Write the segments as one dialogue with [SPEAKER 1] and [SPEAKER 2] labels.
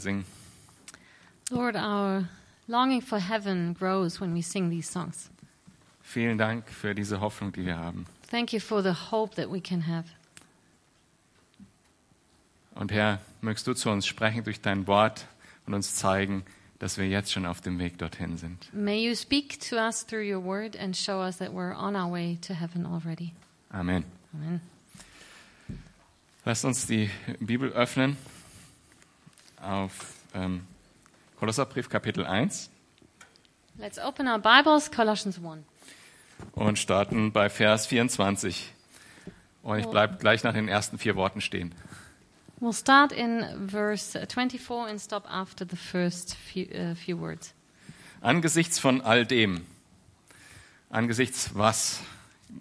[SPEAKER 1] singen.
[SPEAKER 2] Lord, our longing for heaven grows when we sing these songs.
[SPEAKER 1] Vielen Dank für diese Hoffnung, die wir haben.
[SPEAKER 2] Thank you for the hope that we can have.
[SPEAKER 1] Und Herr, mögst du zu uns sprechen durch dein Wort und uns zeigen, dass wir jetzt schon auf dem Weg dorthin sind.
[SPEAKER 2] May you speak to us through your word and show us that we're on our way to heaven already.
[SPEAKER 1] Amen.
[SPEAKER 2] Amen.
[SPEAKER 1] Lasst uns die Bibel öffnen auf ähm, Kolosserbrief Kapitel 1
[SPEAKER 2] Let's open our Bibles, Colossians 1.
[SPEAKER 1] und starten bei Vers 24. Und ich bleibe gleich nach den ersten vier Worten stehen.
[SPEAKER 2] We'll start in verse 24 and stop after the first few, uh, few words.
[SPEAKER 1] Angesichts von all dem, angesichts was,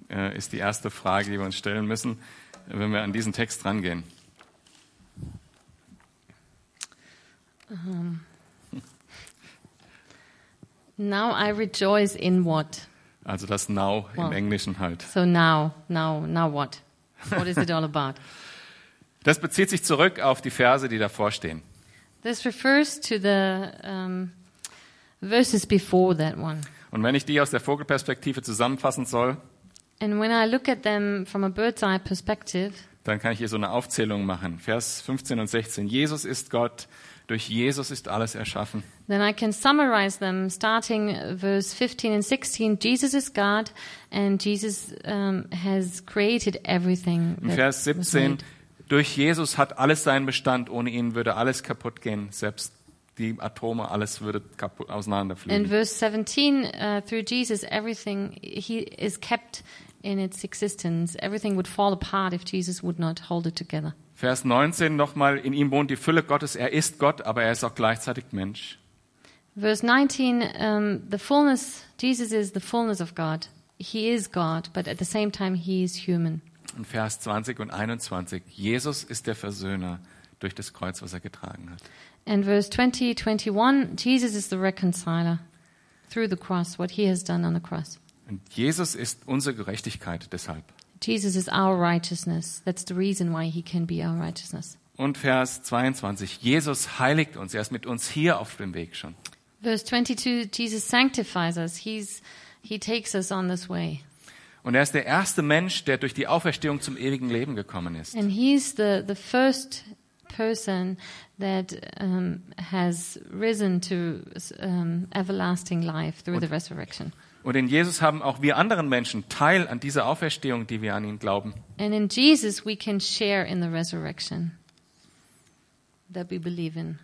[SPEAKER 1] äh, ist die erste Frage, die wir uns stellen müssen, wenn wir an diesen Text rangehen.
[SPEAKER 2] Now I rejoice in what?
[SPEAKER 1] Also das Now im
[SPEAKER 2] Wow.
[SPEAKER 1] Englischen halt.
[SPEAKER 2] So now, now, now what? What is it all about?
[SPEAKER 1] Das bezieht sich zurück auf die Verse, die davor stehen.
[SPEAKER 2] This refers to the um, verses before that one.
[SPEAKER 1] Und wenn ich die aus der Vogelperspektive zusammenfassen soll,
[SPEAKER 2] And when I look at them from a bird's eye perspective,
[SPEAKER 1] dann kann ich hier so eine Aufzählung machen. Vers 15 und 16. Jesus ist Gott, durch Jesus ist alles erschaffen.
[SPEAKER 2] Then I can summarize them starting uh, verse 15 and 16. Jesus is God, and Jesus um, has created everything.
[SPEAKER 1] Im
[SPEAKER 2] that
[SPEAKER 1] Vers
[SPEAKER 2] was
[SPEAKER 1] 17.
[SPEAKER 2] made.
[SPEAKER 1] Durch Jesus hat alles seinen Bestand, ohne ihn würde alles kaputt gehen, selbst die Atome, alles würde kaputt,
[SPEAKER 2] And
[SPEAKER 1] auseinanderfliegen.
[SPEAKER 2] verse 17, uh, through Jesus, everything, he is kept in its existence. Everything would fall apart if Jesus would not hold it together.
[SPEAKER 1] Vers 19 nochmal, in ihm wohnt die Fülle Gottes, er ist Gott, aber er ist auch gleichzeitig Mensch.
[SPEAKER 2] Verse 19, um, the fullness, Jesus is the fullness of God. He is God, but at the same time, he is human.
[SPEAKER 1] Und Vers 20 und 21, Jesus ist der Versöhner durch das Kreuz, was er getragen hat.
[SPEAKER 2] And verse 20, 21, Jesus is the reconciler through the cross, what he has done on the cross.
[SPEAKER 1] Und Jesus ist unsere Gerechtigkeit deshalb.
[SPEAKER 2] Jesus is our righteousness. That's the reason why he can be our righteousness.
[SPEAKER 1] Und Vers 22, Jesus heiligt uns, er ist mit uns hier auf dem Weg schon.
[SPEAKER 2] Verse 22, Jesus sanctifies us. He's, he takes us on this way.
[SPEAKER 1] Und er ist der erste Mensch, der durch die Auferstehung zum ewigen Leben gekommen ist.
[SPEAKER 2] And he's the, the first person that um, has risen to um, everlasting life through the resurrection.
[SPEAKER 1] Und in Jesus haben auch wir anderen Menschen Teil an dieser Auferstehung, die wir an ihn glauben.
[SPEAKER 2] And in Jesus, we can share in the resurrection that we believe in,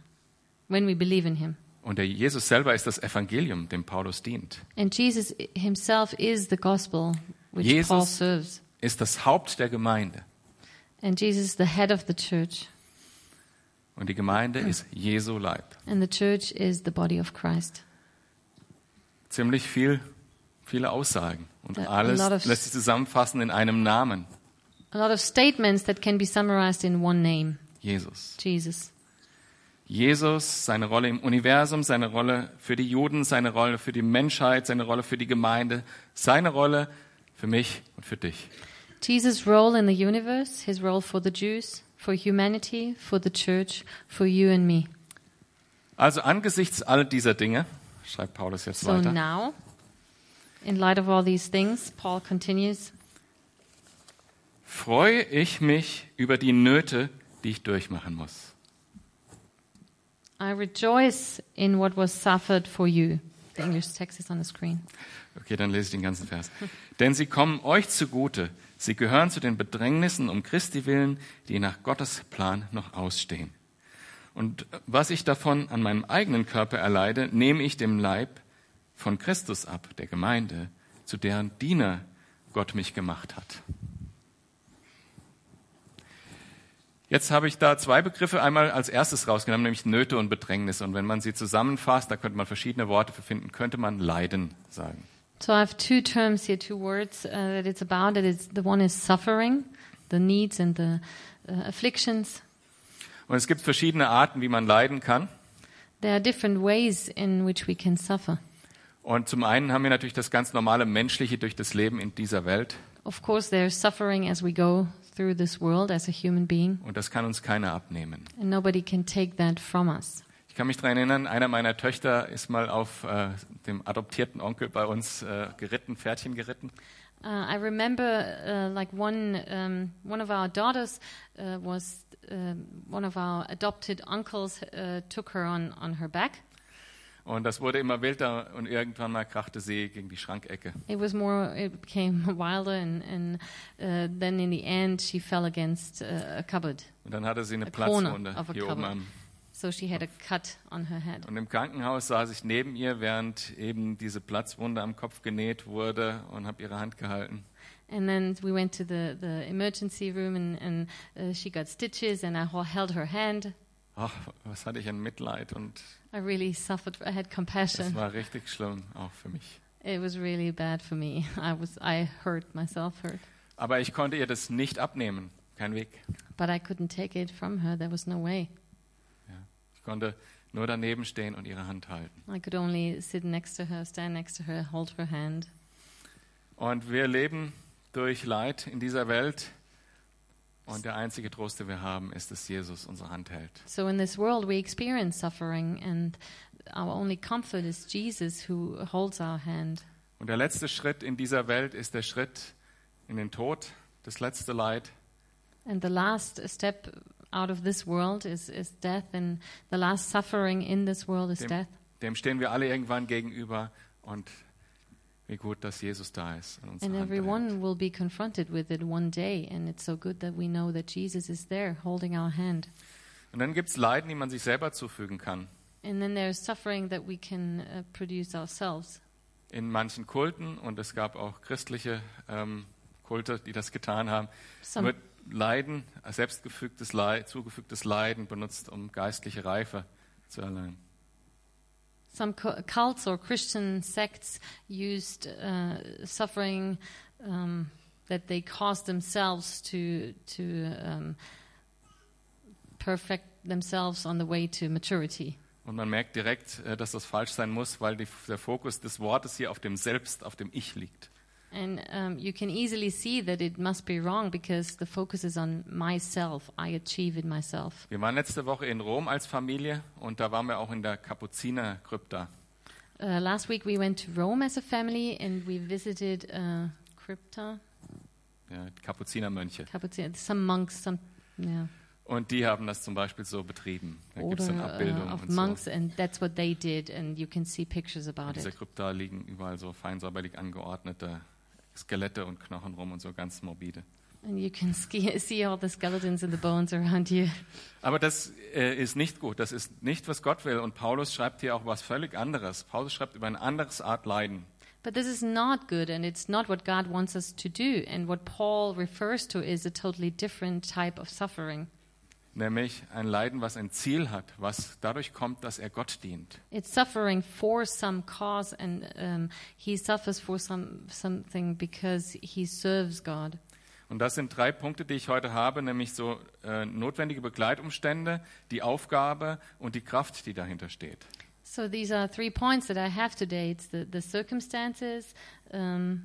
[SPEAKER 2] when we believe in him.
[SPEAKER 1] Und der Jesus selber ist das Evangelium, dem Paulus dient,
[SPEAKER 2] And Jesus himself is the gospel which
[SPEAKER 1] Jesus-
[SPEAKER 2] Paul serves.
[SPEAKER 1] ist das Haupt der Gemeinde.
[SPEAKER 2] And Jesus is the head of the church,
[SPEAKER 1] Und die Gemeinde ist Jesu Leib.
[SPEAKER 2] and the church is the body of Christ.
[SPEAKER 1] Ziemlich viel, viele Aussagen. Und
[SPEAKER 2] A
[SPEAKER 1] alles
[SPEAKER 2] lot of-
[SPEAKER 1] lässt sich zusammenfassen in einem Namen,
[SPEAKER 2] A lot of statements that can be summarized in one name
[SPEAKER 1] Jesus.
[SPEAKER 2] Jesus.
[SPEAKER 1] Jesus, seine Rolle im Universum, seine Rolle für die Juden, seine Rolle für die Menschheit, seine Rolle für die Gemeinde, seine Rolle für mich und für dich.
[SPEAKER 2] Jesus' role in the universe, his role for the Jews, for humanity, for the church, for you and me.
[SPEAKER 1] Also angesichts all dieser Dinge, schreibt Paulus jetzt
[SPEAKER 2] So
[SPEAKER 1] weiter,
[SPEAKER 2] now, in light of all these things, Paul continues.
[SPEAKER 1] freue ich mich über die Nöte, die ich durchmachen muss.
[SPEAKER 2] I rejoice in what was suffered for you. The English text is on the screen.
[SPEAKER 1] Okay, dann lese ich den ganzen Vers. Denn sie kommen euch zugute. Sie gehören zu den Bedrängnissen um Christi willen, die nach Gottes Plan noch ausstehen. Und was ich davon an meinem eigenen Körper erleide, nehme ich dem Leib von Christus ab, der Gemeinde, zu deren Diener Gott mich gemacht hat. Jetzt habe ich da zwei Begriffe einmal als erstes rausgenommen, nämlich Nöte und Bedrängnis. Und wenn man sie zusammenfasst, da könnte man verschiedene Worte für finden, könnte man Leiden sagen.
[SPEAKER 2] So I have two terms here, two words uh, that it's about. That it's the one is suffering, the needs and the uh, afflictions.
[SPEAKER 1] Und es gibt verschiedene Arten, wie man leiden kann.
[SPEAKER 2] There are different ways in which we can suffer.
[SPEAKER 1] Und zum einen haben wir natürlich das ganz normale Menschliche durch das Leben in dieser Welt.
[SPEAKER 2] Of course, there's suffering as we go through this world as a human being,
[SPEAKER 1] Und das kann uns keiner abnehmen.
[SPEAKER 2] and nobody can take that from us.
[SPEAKER 1] Ich kann mich daran erinnern, einer meiner Töchter ist mal auf äh, dem adoptierten Onkel bei uns äh, geritten, Pferdchen geritten.
[SPEAKER 2] Uh, I remember, uh, like one um, one of our daughters uh, was um one of our adopted uncles uh, took her on on her back.
[SPEAKER 1] Und das wurde immer wilder und irgendwann mal krachte sie gegen die Schrankecke.
[SPEAKER 2] It was more. It became wilder, and and uh, then in the end, she fell against uh, a cupboard.
[SPEAKER 1] Und dann hatte sie eine
[SPEAKER 2] A corner
[SPEAKER 1] Platzwunde
[SPEAKER 2] of a
[SPEAKER 1] hier oben
[SPEAKER 2] cupboard.
[SPEAKER 1] am.
[SPEAKER 2] So she had a cut on her head.
[SPEAKER 1] Und im Krankenhaus saß ich neben ihr, während eben diese Platzwunde am Kopf genäht wurde und habe ihre Hand gehalten.
[SPEAKER 2] And then we went to the, the emergency room, and, and uh, she got stitches, and I ho- held her hand.
[SPEAKER 1] Ach, was hatte ich ein Mitleid und
[SPEAKER 2] I really suffered. I had
[SPEAKER 1] das
[SPEAKER 2] compassion.
[SPEAKER 1] war richtig schlimm, auch für mich.
[SPEAKER 2] It was really bad for me. I was I hurt myself hurt,
[SPEAKER 1] Aber ich konnte ihr das nicht abnehmen, kein Weg.
[SPEAKER 2] but I couldn't take it from her. There was no way.
[SPEAKER 1] Ich konnte nur daneben stehen und ihre Hand halten.
[SPEAKER 2] I could only sit next to her, stand next to her, hold her hand.
[SPEAKER 1] Und wir leben durch Leid in dieser Welt. Und der einzige Trost, den wir haben, ist, dass Jesus unsere Hand hält.
[SPEAKER 2] So in this world, we experience suffering, and our only comfort is Jesus, who holds our hand.
[SPEAKER 1] Und der letzte Schritt in dieser Welt ist der Schritt in den Tod, das letzte Leid.
[SPEAKER 2] And the last step out of this world is, is death, and the last suffering in this world is
[SPEAKER 1] Dem-
[SPEAKER 2] death.
[SPEAKER 1] Dem stehen wir alle irgendwann gegenüber. Und wie gut, dass Jesus da ist. Und unsere
[SPEAKER 2] And
[SPEAKER 1] Hand hält.
[SPEAKER 2] everyone will be confronted with it one day, and it's so good that we know that Jesus is there holding our hand.
[SPEAKER 1] Und dann gibt es Leiden, die man sich selber zufügen kann.
[SPEAKER 2] And then there's suffering that we can uh, produce ourselves.
[SPEAKER 1] In manchen Kulten, und es gab auch christliche ähm, Kulte, die das getan haben,
[SPEAKER 2] Some,
[SPEAKER 1] wird Leiden, selbstgefügtes Leid, zugefügtes Leiden benutzt, um geistliche Reife zu erlangen.
[SPEAKER 2] some cu- cults or Christian sects used uh, suffering um, that they caused themselves to, to um, perfect themselves on the way to maturity.
[SPEAKER 1] Und man merkt direkt, äh, dass das falsch sein muss, weil die, der Fokus des Wortes hier auf dem Selbst, auf dem Ich liegt.
[SPEAKER 2] And um, you can easily see that it must be wrong because the focus is on myself. I achieve it myself.
[SPEAKER 1] Wir waren letzte Woche in Rom als Familie und da waren wir auch in der Kapuzinerkrypta.
[SPEAKER 2] Uh, last week we went to Rome as a family and we visited uh, crypta,
[SPEAKER 1] Ja, die Kapuzinermönche.
[SPEAKER 2] Capuchin, some monks, some yeah,
[SPEAKER 1] Und die haben das zum Beispiel so betrieben. Da gibt es
[SPEAKER 2] order
[SPEAKER 1] dann Abbildungen
[SPEAKER 2] uh, of
[SPEAKER 1] und so.
[SPEAKER 2] monks, and that's what they did. And you can see pictures
[SPEAKER 1] In
[SPEAKER 2] about
[SPEAKER 1] dieser
[SPEAKER 2] it.
[SPEAKER 1] Krypta liegen überall so fein säuberlich angeordnete Skelette und Knochen rum und so ganz morbide.
[SPEAKER 2] And you can ski- see all the skeletons and the bones around you.
[SPEAKER 1] Aber das äh, ist nicht gut. Das ist nicht, was Gott will. Und Paulus schreibt hier auch was völlig anderes. Paulus schreibt über eine andere Art Leiden.
[SPEAKER 2] But this is not good, and it's not what God wants us to do. And what Paul refers to is a totally different type of suffering.
[SPEAKER 1] Nämlich ein Leiden, was ein Ziel hat, was dadurch kommt, dass er Gott dient.
[SPEAKER 2] It's suffering for some cause, and um, he suffers for some something because he serves God.
[SPEAKER 1] Und das sind drei Punkte, die ich heute habe, nämlich so äh, notwendige Begleitumstände, die Aufgabe und die Kraft, die dahinter steht.
[SPEAKER 2] So these are three points that I have today. It's the the circumstances, um,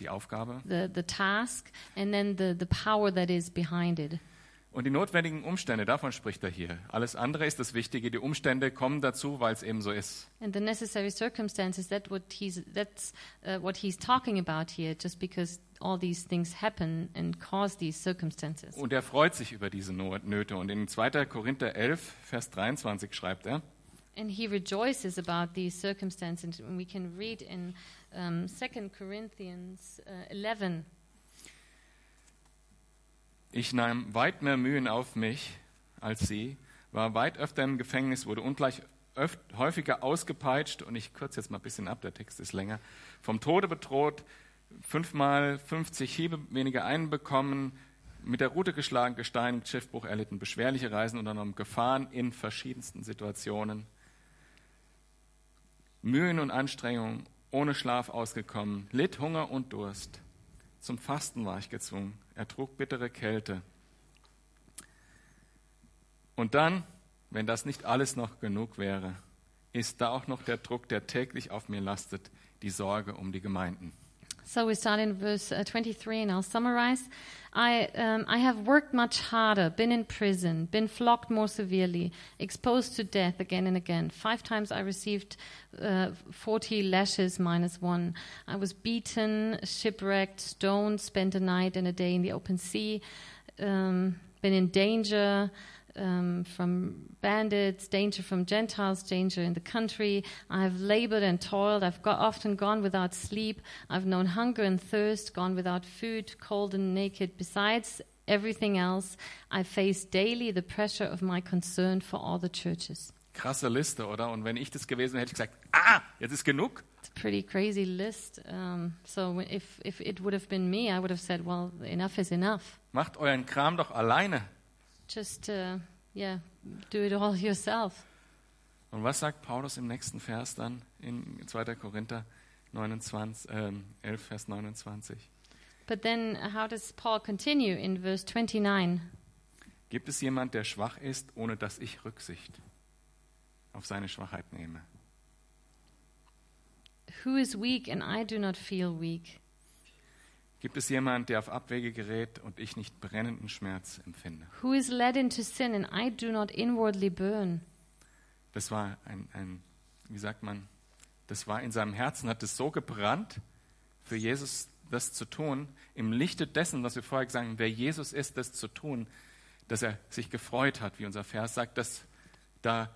[SPEAKER 1] Die Aufgabe.
[SPEAKER 2] the the task, and then the the power that is behind it.
[SPEAKER 1] Und die notwendigen Umstände, davon spricht er hier. Alles andere ist das Wichtige. Die Umstände kommen dazu, weil es eben so ist.
[SPEAKER 2] And the necessary circumstances. That what he's that's uh, what he's talking about here. Just because all these things happen and cause these circumstances.
[SPEAKER 1] Und er freut sich über diese Not- Nöte. Und in 2. Korinther 11, Vers 23 schreibt er,
[SPEAKER 2] And he rejoices about these circumstances. And we can read in um, 2 Corinthians uh, 11
[SPEAKER 1] ich nahm weit mehr Mühen auf mich als sie, war weit öfter im Gefängnis, wurde ungleich öf häufiger ausgepeitscht und ich kürze jetzt mal ein bisschen ab, der Text ist länger, vom Tode bedroht, fünfmal 50 Hiebe weniger einbekommen, mit der Rute geschlagen, gesteinigt, Schiffbruch erlitten, beschwerliche Reisen unternommen, Gefahren in verschiedensten Situationen. Mühen und Anstrengungen, ohne Schlaf ausgekommen, litt Hunger und Durst. Zum Fasten war ich gezwungen, ertrug bittere Kälte. Und dann, wenn das nicht alles noch genug wäre, ist da auch noch der Druck, der täglich auf mir lastet, die Sorge um die Gemeinden.
[SPEAKER 2] So we start in verse uh, 23 and I'll summarize. I, um, I have worked much harder, been in prison, been flogged more severely, exposed to death again and again. Five times I received uh, 40 lashes minus one. I was beaten, shipwrecked, stoned, spent a night and a day in the open sea, um, been in danger. Um, from bandits, danger from Gentiles, danger in the country. I've labored and toiled. I've go- often gone without sleep. I've known hunger and thirst, gone without food, cold and naked. Besides everything else, I face daily the pressure of my concern for all the churches.
[SPEAKER 1] Krasse Liste, oder? Und wenn ich das gewesen wäre, hätte ich gesagt, ah, jetzt ist genug.
[SPEAKER 2] It's a pretty crazy list. Um, so if, if it would have been me, I would have said, well, enough is enough.
[SPEAKER 1] Macht euren Kram doch alleine.
[SPEAKER 2] Just, uh, yeah, do it all yourself.
[SPEAKER 1] Und was sagt Paulus im nächsten Vers dann in 2. Korinther 29, ähm, 11, Vers 29?
[SPEAKER 2] But then, how does Paul continue in verse 29?
[SPEAKER 1] Gibt es jemand, der schwach ist, ohne dass ich Rücksicht auf seine Schwachheit nehme?
[SPEAKER 2] Who is weak and I do not feel weak?
[SPEAKER 1] Gibt es jemand, der auf Abwege gerät und ich nicht brennenden Schmerz empfinde?
[SPEAKER 2] Who is led into sin and I do not inwardly burn?
[SPEAKER 1] Das war ein, ein, wie sagt man, das war in seinem Herzen, hat es so gebrannt, für Jesus das zu tun, im Lichte dessen, was wir vorher gesagt haben, wer Jesus ist, das zu tun, dass er sich gefreut hat, wie unser Vers sagt, dass da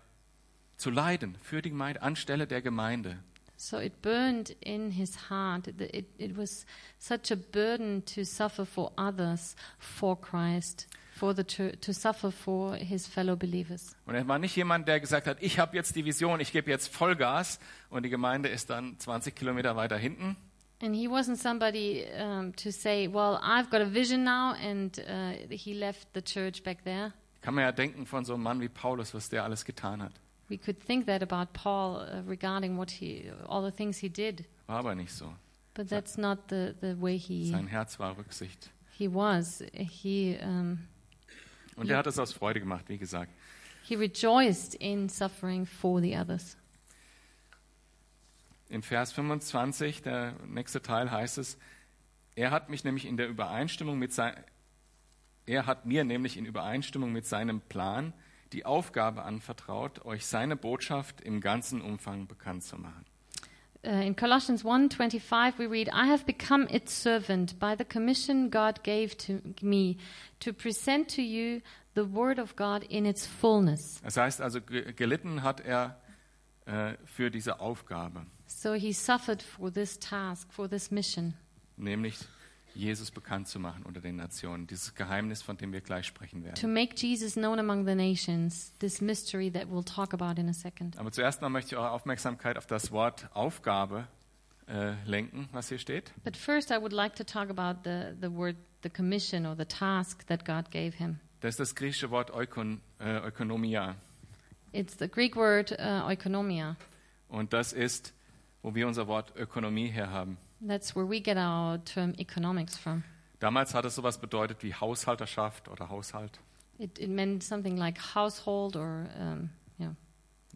[SPEAKER 1] zu leiden für die Gemeinde, anstelle der Gemeinde.
[SPEAKER 2] So it burned in his heart. It, it, it was such a burden to suffer for others, for Christ, for the church, to suffer for his fellow believers.
[SPEAKER 1] Und er war nicht jemand, der gesagt hat, ich habe jetzt die Vision, ich gebe jetzt Vollgas und die Gemeinde ist dann 20 Kilometer weiter hinten.
[SPEAKER 2] And he wasn't somebody um, to say, well, I've got a vision now, and uh, he left the church back there.
[SPEAKER 1] Kann man ja denken von so einem Mann wie Paulus, was der alles getan hat.
[SPEAKER 2] We could think that about Paul uh, regarding what he, all the things he did,
[SPEAKER 1] War aber nicht so.
[SPEAKER 2] but that's not the, the way he,
[SPEAKER 1] Sein Herz war Rücksicht.
[SPEAKER 2] he was. He, um,
[SPEAKER 1] Und er hat es aus Freude gemacht, wie gesagt.
[SPEAKER 2] he rejoiced in suffering for the others.
[SPEAKER 1] In Vers 25, der nächste Teil heißt es, er hat mich nämlich in der Übereinstimmung mit sein, er hat mir nämlich in Übereinstimmung mit seinem Plan die Aufgabe anvertraut, euch seine Botschaft im ganzen Umfang bekannt zu machen.
[SPEAKER 2] Uh, in Colossians 1:25 we read I have become its servant by the commission God gave to me to present to you the word of God in its fullness.
[SPEAKER 1] Das heißt also, ge- gelitten hat er äh, für diese Aufgabe,
[SPEAKER 2] So he suffered for this task, for this mission,
[SPEAKER 1] nämlich Jesus bekannt zu machen unter den Nationen, dieses Geheimnis, von dem wir gleich sprechen werden.
[SPEAKER 2] to make Jesus known among the nations, this mystery that we'll talk about in a second.
[SPEAKER 1] Aber zuerst mal möchte ich eure Aufmerksamkeit auf das Wort Aufgabe äh, lenken, was hier steht.
[SPEAKER 2] But first I would like to talk about the the word the commission or the task that God gave him.
[SPEAKER 1] Das ist das griechische Wort Oikon, äh, Oikonomia.
[SPEAKER 2] It's the Greek word uh, oikonomia.
[SPEAKER 1] Und das ist, wo wir unser Wort Ökonomie herhaben.
[SPEAKER 2] That's where we get our term economics from.
[SPEAKER 1] Damals hat es sowas bedeutet wie Haushalterschaft oder Haushalt.
[SPEAKER 2] It, it meant something like household or um, yeah.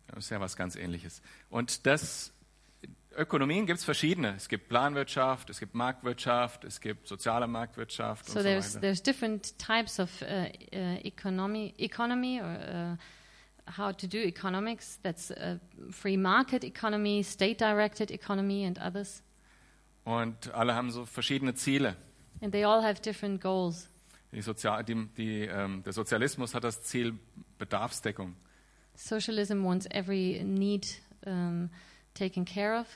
[SPEAKER 1] Das ist ja was ganz ähnliches. Und das, Ökonomien gibt es verschiedene. Es gibt Planwirtschaft, es gibt Marktwirtschaft, es gibt soziale Marktwirtschaft
[SPEAKER 2] So
[SPEAKER 1] und so
[SPEAKER 2] there's
[SPEAKER 1] weiter.
[SPEAKER 2] there's different types of uh, uh, economy economy or uh, how to do economics. That's uh, free market economy, state directed economy, and others.
[SPEAKER 1] Und alle haben so verschiedene Ziele.
[SPEAKER 2] And they all have different goals.
[SPEAKER 1] Die Sozial, die, die, ähm, der Sozialismus hat das Ziel Bedarfsdeckung.
[SPEAKER 2] Socialism wants every need um, taken care of.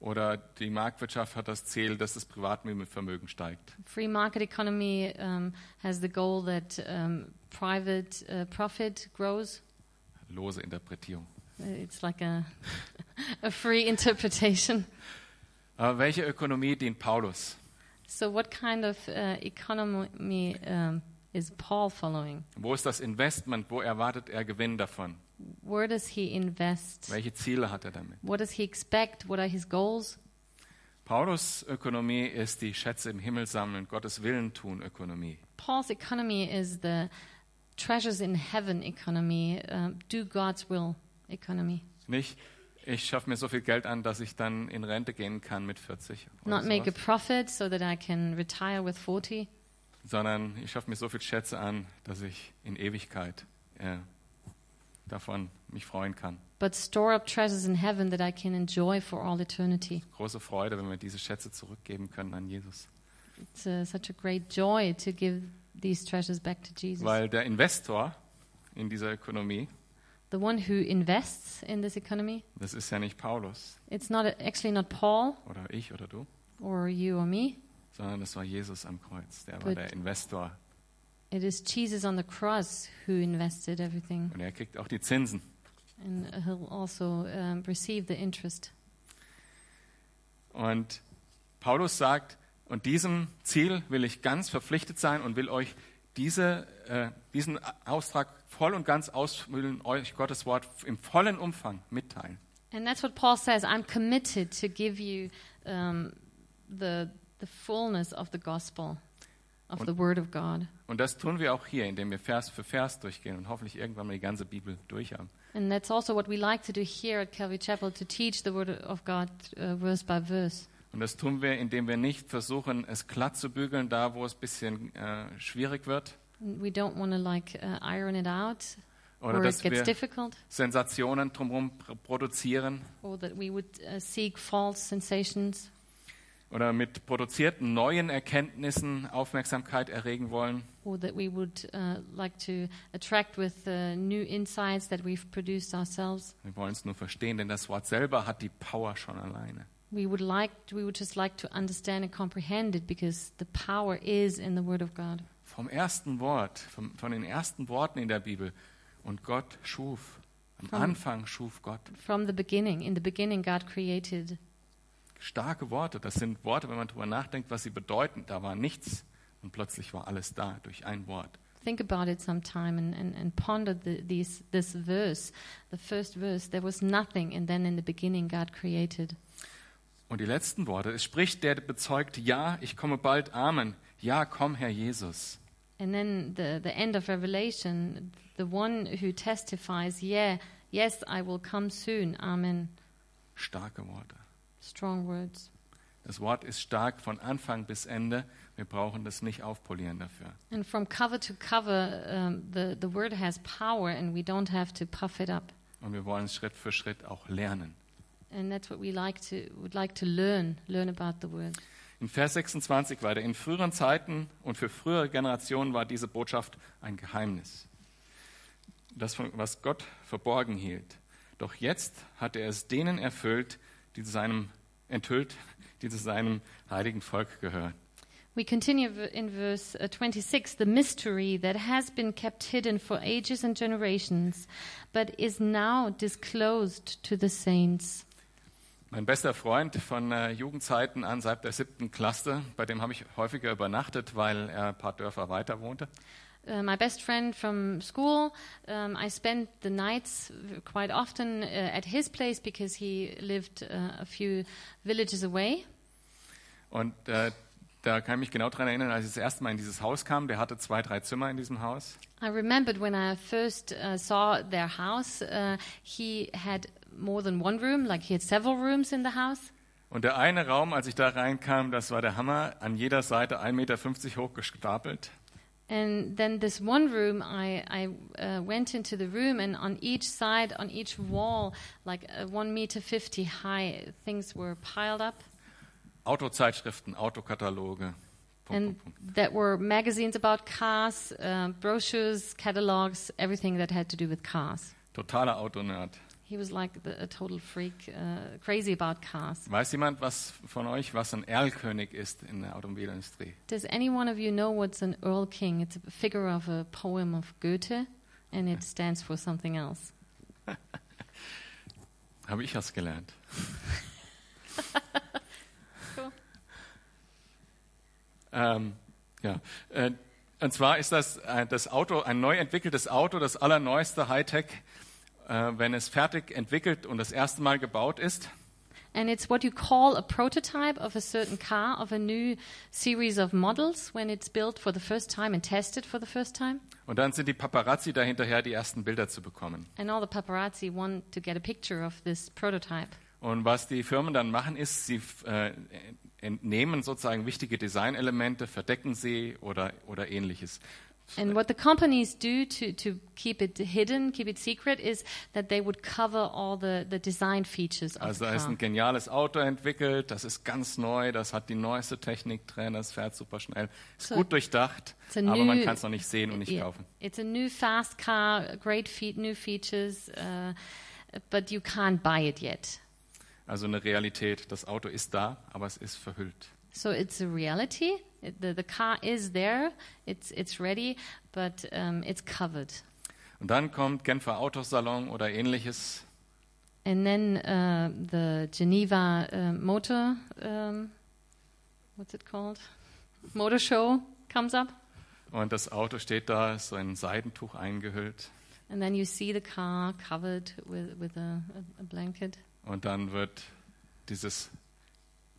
[SPEAKER 1] Oder die Marktwirtschaft hat das Ziel, dass das Privatvermögen steigt.
[SPEAKER 2] Free market economy um, has the goal that um, private uh, profit grows.
[SPEAKER 1] Lose Interpretierung.
[SPEAKER 2] It's like a a free interpretation.
[SPEAKER 1] Aber welche Ökonomie dient Paulus?
[SPEAKER 2] So, what kind of uh, economy um, is Paul following?
[SPEAKER 1] Wo ist das Investment? Wo erwartet er Gewinn davon?
[SPEAKER 2] Where does he invest?
[SPEAKER 1] Welche Ziele hat er damit?
[SPEAKER 2] What does he expect? What are his goals?
[SPEAKER 1] Paulus Ökonomie ist die Schätze im Himmel sammeln, Gottes Willen tun Ökonomie.
[SPEAKER 2] Paul's economy is the treasures in heaven economy, um, do God's will economy.
[SPEAKER 1] Nicht ich schaffe mir so viel Geld an, dass ich dann in Rente gehen kann mit 40. oder
[SPEAKER 2] not make a
[SPEAKER 1] sowas.
[SPEAKER 2] profit so that I can retire with 40,
[SPEAKER 1] Sondern ich schaffe mir so viel Schätze an, dass ich in Ewigkeit äh, davon mich freuen kann.
[SPEAKER 2] but store up treasures in heaven that I can enjoy for all eternity.
[SPEAKER 1] Große Freude, wenn wir diese Schätze zurückgeben können an Jesus.
[SPEAKER 2] It's uh, such a great joy to give these treasures back to Jesus.
[SPEAKER 1] Weil der Investor in dieser Ökonomie,
[SPEAKER 2] the one who invests in this economy,
[SPEAKER 1] das ist ja nicht Paulus
[SPEAKER 2] it's not actually not Paul
[SPEAKER 1] oder ich oder du,
[SPEAKER 2] or you or me.
[SPEAKER 1] sondern das war Jesus am Kreuz. Der war
[SPEAKER 2] Gut.
[SPEAKER 1] der Investor.
[SPEAKER 2] It is Jesus on the cross who invested everything,
[SPEAKER 1] Und er kriegt auch die Zinsen.
[SPEAKER 2] and he'll also um, receive the interest.
[SPEAKER 1] Und Paulus sagt, und diesem Ziel will ich ganz verpflichtet sein und will euch diese, äh, diesen Auftrag voll und ganz ausfüllen, euch Gottes Wort im vollen Umfang mitteilen.
[SPEAKER 2] And that's what Paul says. I'm committed to give you um, the the fullness of the gospel, of the word of God.
[SPEAKER 1] Und das tun wir auch hier, indem wir Vers für Vers durchgehen und hoffentlich irgendwann mal die ganze Bibel durchhaben.
[SPEAKER 2] And that's also what we like to do here at Calvary Chapel to teach the word of God uh, verse by verse.
[SPEAKER 1] Und das tun wir, indem wir nicht versuchen, es glatt zu bügeln, da wo es ein bisschen äh, schwierig wird.
[SPEAKER 2] We don't want to like uh, iron it out,
[SPEAKER 1] Oder
[SPEAKER 2] or it
[SPEAKER 1] dass
[SPEAKER 2] gets
[SPEAKER 1] wir
[SPEAKER 2] difficult,
[SPEAKER 1] Sensationen drumherum pr- produzieren
[SPEAKER 2] or that we would uh, seek false sensations,
[SPEAKER 1] oder mit produzierten neuen Erkenntnissen Aufmerksamkeit erregen wollen.
[SPEAKER 2] or that we would uh, like to attract with uh, new insights that we've produced ourselves.
[SPEAKER 1] Wir wollen es nur verstehen, denn das Wort selber hat die Power schon alleine.
[SPEAKER 2] We would like, we would just like to understand and comprehend it because the power is in the Word of God.
[SPEAKER 1] Vom ersten Wort, vom, von den ersten Worten in der Bibel. Und Gott schuf. Am
[SPEAKER 2] Von-
[SPEAKER 1] Anfang schuf Gott.
[SPEAKER 2] From the beginning, in the beginning, God created.
[SPEAKER 1] Starke Worte. Das sind Worte, wenn man darüber nachdenkt, was sie bedeuten. Da war nichts und plötzlich war alles da durch ein Wort.
[SPEAKER 2] Think about it sometime and, and, and ponder the, these, this verse, the first verse. There was nothing, and then in the beginning, God created.
[SPEAKER 1] Und die letzten Worte. Es spricht der, der bezeugt, ja, ich komme bald. Amen. Ja, komm, Herr Jesus.
[SPEAKER 2] And then the, the end of Revelation, the one who testifies, yeah, yes, I will come soon. Amen.
[SPEAKER 1] Starke Worte.
[SPEAKER 2] Strong words.
[SPEAKER 1] Das Wort ist stark von Anfang bis Ende. Wir brauchen das nicht aufpolieren dafür.
[SPEAKER 2] And from cover to cover, um, the, the word has power and we don't have to puff it up.
[SPEAKER 1] Und wir wollen es Schritt für Schritt auch lernen.
[SPEAKER 2] And that's what we like to, would like to learn, learn about the word.
[SPEAKER 1] In Vers 26 weiter. In früheren Zeiten und für frühere Generationen war diese Botschaft ein Geheimnis. Das, von- was Gott verborgen hielt. Doch jetzt hat er es denen erfüllt, die zu seinem, enthüllt, die zu seinem heiligen Volk gehören.
[SPEAKER 2] We continue v- in verse uh, 26 the mystery that has been kept hidden for ages and generations, but is now disclosed to the saints.
[SPEAKER 1] Mein bester Freund von äh, Jugendzeiten an, seit der siebten Klasse, bei dem habe ich häufiger übernachtet, weil er ein paar Dörfer weiter wohnte.
[SPEAKER 2] Uh, my best friend from school, um, I spent the nights quite often uh, at his place because he lived uh, a few villages away.
[SPEAKER 1] Und äh, da kann ich mich genau dran erinnern, als ich das erste Mal in dieses Haus kam. Der hatte zwei, drei Zimmer in diesem Haus.
[SPEAKER 2] I remembered when I first uh, saw their house, uh, he had more than one room, like he had several rooms in the house.
[SPEAKER 1] Und der eine Raum, als ich da reinkam, das war der Hammer, an jeder Seite 1,50 Meter hoch gestapelt.
[SPEAKER 2] And then this one room, I, I uh, went into the room, and on each side, on each wall, like uh, one meter fifty high, things were piled up.
[SPEAKER 1] Autozeitschriften, Autokataloge. Punkt,
[SPEAKER 2] and
[SPEAKER 1] Punkt, Punkt.
[SPEAKER 2] that were magazines about cars, um, brochures, catalogs, everything that had to do with cars.
[SPEAKER 1] Totaler Autonerd.
[SPEAKER 2] He was like the, a total freak, uh, crazy about cars.
[SPEAKER 1] Weiß jemand was von euch, was ein Erlkönig ist in der Automobilindustrie?
[SPEAKER 2] Does any one of you know what's an Earl King? It's a figure of a poem of Goethe, and it stands for something else.
[SPEAKER 1] Habe ich was gelernt.
[SPEAKER 2] Cool.
[SPEAKER 1] Ähm, ja. Äh, und zwar ist das äh, das Auto, ein neu entwickeltes Auto, das allerneueste Hightech, äh, wenn es fertig entwickelt und das erste Mal gebaut ist.
[SPEAKER 2] and it's what you call a prototype of a certain car, of a new series of models when it's built for the first time and tested for the first time.
[SPEAKER 1] Und dann sind die Paparazzi dahinterher, die ersten Bilder zu bekommen.
[SPEAKER 2] And all the paparazzi want to get a picture of this prototype.
[SPEAKER 1] Und was die Firmen dann machen, ist, sie äh, entnehmen sozusagen wichtige Designelemente, verdecken sie oder, oder ähnliches.
[SPEAKER 2] And what the companies do to, to keep it hidden, keep it secret, is that they would cover all the, the design features of
[SPEAKER 1] Also da
[SPEAKER 2] the
[SPEAKER 1] ist
[SPEAKER 2] car.
[SPEAKER 1] ein geniales Auto entwickelt, das ist ganz neu, das hat die neueste Technik drin, das fährt super schnell, ist
[SPEAKER 2] So-
[SPEAKER 1] gut durchdacht,
[SPEAKER 2] so
[SPEAKER 1] aber
[SPEAKER 2] new-
[SPEAKER 1] man kann es noch nicht sehen und nicht
[SPEAKER 2] Yeah.
[SPEAKER 1] kaufen.
[SPEAKER 2] It's a new fast car, great feat, new features, uh, but you can't buy it yet.
[SPEAKER 1] Also eine Realität, das Auto ist da, aber es ist verhüllt.
[SPEAKER 2] So it's a reality. It, the, the car is there, it's, it's ready, but um, it's covered.
[SPEAKER 1] Und dann kommt Genfer Autosalon oder ähnliches
[SPEAKER 2] And then uh, the Geneva uh, Motor, um, what's it called? Motor Show comes up.
[SPEAKER 1] und das Auto steht da, ist so in Seidentuch eingehüllt
[SPEAKER 2] And then you see the car covered with, with a, a, a blanket,
[SPEAKER 1] und dann wird dieses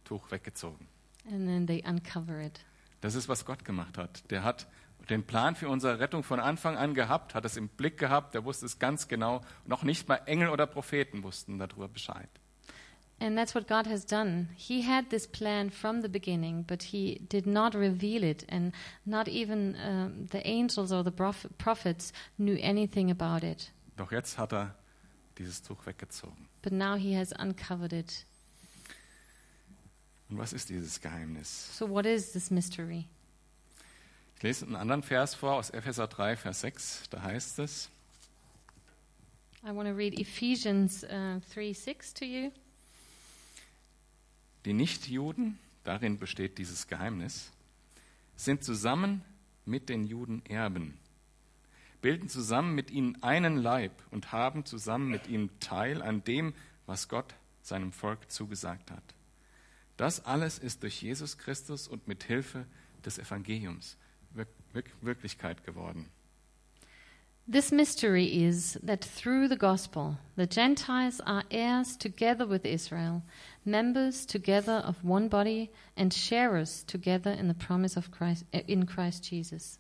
[SPEAKER 1] Tuch weggezogen.
[SPEAKER 2] and then they uncover it.
[SPEAKER 1] Das ist, was Gott gemacht hat. Der hat den Plan für unsere Rettung von Anfang an gehabt, hat es im Blick gehabt, der wusste es ganz genau. Noch nicht mal Engel oder Propheten wussten darüber Bescheid.
[SPEAKER 2] And that's what God has done. He had this plan from the beginning, but He did not reveal it, and not even um, the angels or the prof- prophets knew anything about it.
[SPEAKER 1] Doch jetzt hat er dieses Tuch weggezogen.
[SPEAKER 2] But now He has uncovered it.
[SPEAKER 1] Und was ist dieses Geheimnis?
[SPEAKER 2] So, what is this mystery?
[SPEAKER 1] Ich lese einen anderen Vers vor aus Epheser 3, Vers 6. Da heißt es,
[SPEAKER 2] I want to read Ephesians uh, 3 6 to you.
[SPEAKER 1] Die Nichtjuden, darin besteht dieses Geheimnis, sind zusammen mit den Juden Erben, bilden zusammen mit ihnen einen Leib und haben zusammen mit ihm Teil an dem, was Gott seinem Volk zugesagt hat. Das alles ist durch Jesus Christus und mit Hilfe des Evangeliums Wir- Wir- Wirklichkeit geworden.
[SPEAKER 2] This mystery is that through the gospel, the Gentiles are heirs together with Israel, members together of one body, and sharers together in the promise of Christ, eh, in Christ Jesus.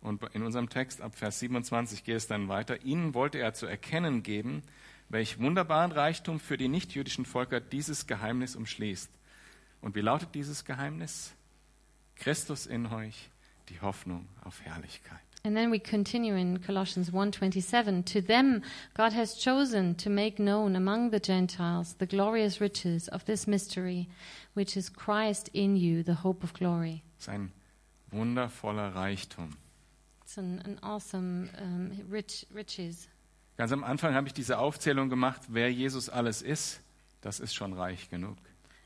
[SPEAKER 1] Und in unserem Text ab Vers 27 geht es dann weiter. Ihnen wollte er zu erkennen geben, welch wunderbaren Reichtum für die nichtjüdischen Völker dieses Geheimnis umschließt. Und wie lautet dieses Geheimnis? Christus in euch, die Hoffnung auf Herrlichkeit.
[SPEAKER 2] And then we continue in Colossians 1:27, to them God has chosen to make known among the Gentiles the glorious riches of this mystery, which is Christ in you, the hope of glory.
[SPEAKER 1] Das ist ein wundervoller Reichtum.
[SPEAKER 2] It's an, an awesome um, rich riches.
[SPEAKER 1] Ganz am Anfang habe ich diese Aufzählung gemacht, wer Jesus alles ist. Das ist schon reich genug.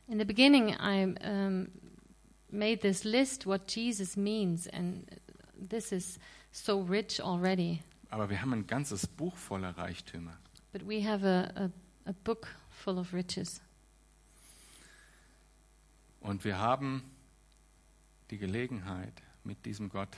[SPEAKER 2] In the beginning, I um, made this list what Jesus means, and this is so rich already.
[SPEAKER 1] Aber wir haben ein ganzes Buch voller Reichtümer.
[SPEAKER 2] But we have a, a, a book full of riches,
[SPEAKER 1] Und wir haben die Gelegenheit, mit diesem Gott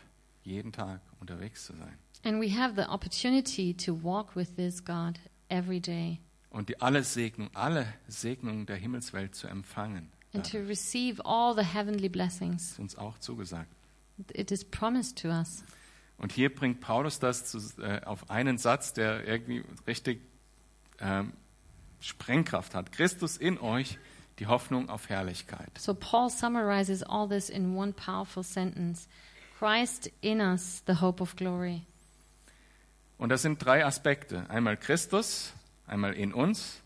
[SPEAKER 1] jeden Tag unterwegs zu sein.
[SPEAKER 2] and we have the opportunity to walk with this God every day
[SPEAKER 1] Und die alle Segnung, alle Segnungen der Himmelswelt zu empfangen.
[SPEAKER 2] and
[SPEAKER 1] Das
[SPEAKER 2] to receive all the heavenly blessings.
[SPEAKER 1] ist uns auch zugesagt.
[SPEAKER 2] It is promised to us.
[SPEAKER 1] Und hier bringt Paulus das zu, äh, auf einen Satz, der irgendwie richtig ähm, Sprengkraft hat. Christus in euch, die Hoffnung auf Herrlichkeit.
[SPEAKER 2] So Paul summarizes all this in one powerful sentence Christ in us, the hope of glory.
[SPEAKER 1] Und das sind drei Aspekte. Einmal Christus, einmal in uns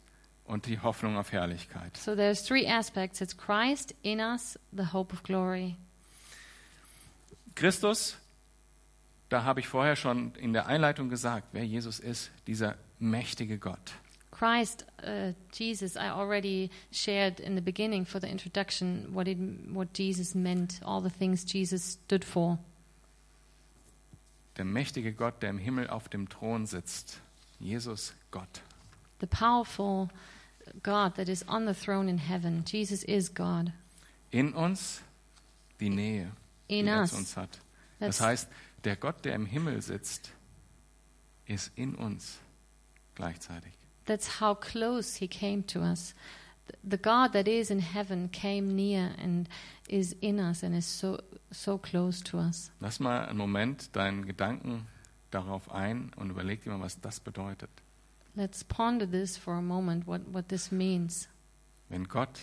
[SPEAKER 1] und die Hoffnung auf Herrlichkeit.
[SPEAKER 2] So there's three aspects. It's Christ in us, the hope of glory.
[SPEAKER 1] Christus, da habe ich vorher schon in der Einleitung gesagt, wer Jesus ist, dieser mächtige Gott.
[SPEAKER 2] Christ, uh, Jesus, I already shared in the beginning for the introduction what it, what Jesus meant, all the things Jesus stood for.
[SPEAKER 1] Der mächtige Gott, der im Himmel auf dem Thron sitzt. Jesus Gott.
[SPEAKER 2] The powerful God that is on the throne in heaven. Jesus is God.
[SPEAKER 1] In uns die Nähe,
[SPEAKER 2] In
[SPEAKER 1] die er
[SPEAKER 2] us.
[SPEAKER 1] zu uns hat.
[SPEAKER 2] That's-
[SPEAKER 1] Das heißt, der Gott, der im Himmel sitzt, ist in uns gleichzeitig.
[SPEAKER 2] That's how close he came to us. the God that is in heaven came near and is in us and is so so close to us.
[SPEAKER 1] Lass mal einen Moment deinen Gedanken darauf ein und überleg dir mal, was das bedeutet.
[SPEAKER 2] Let's ponder this for a moment what what this means.
[SPEAKER 1] Wenn Gott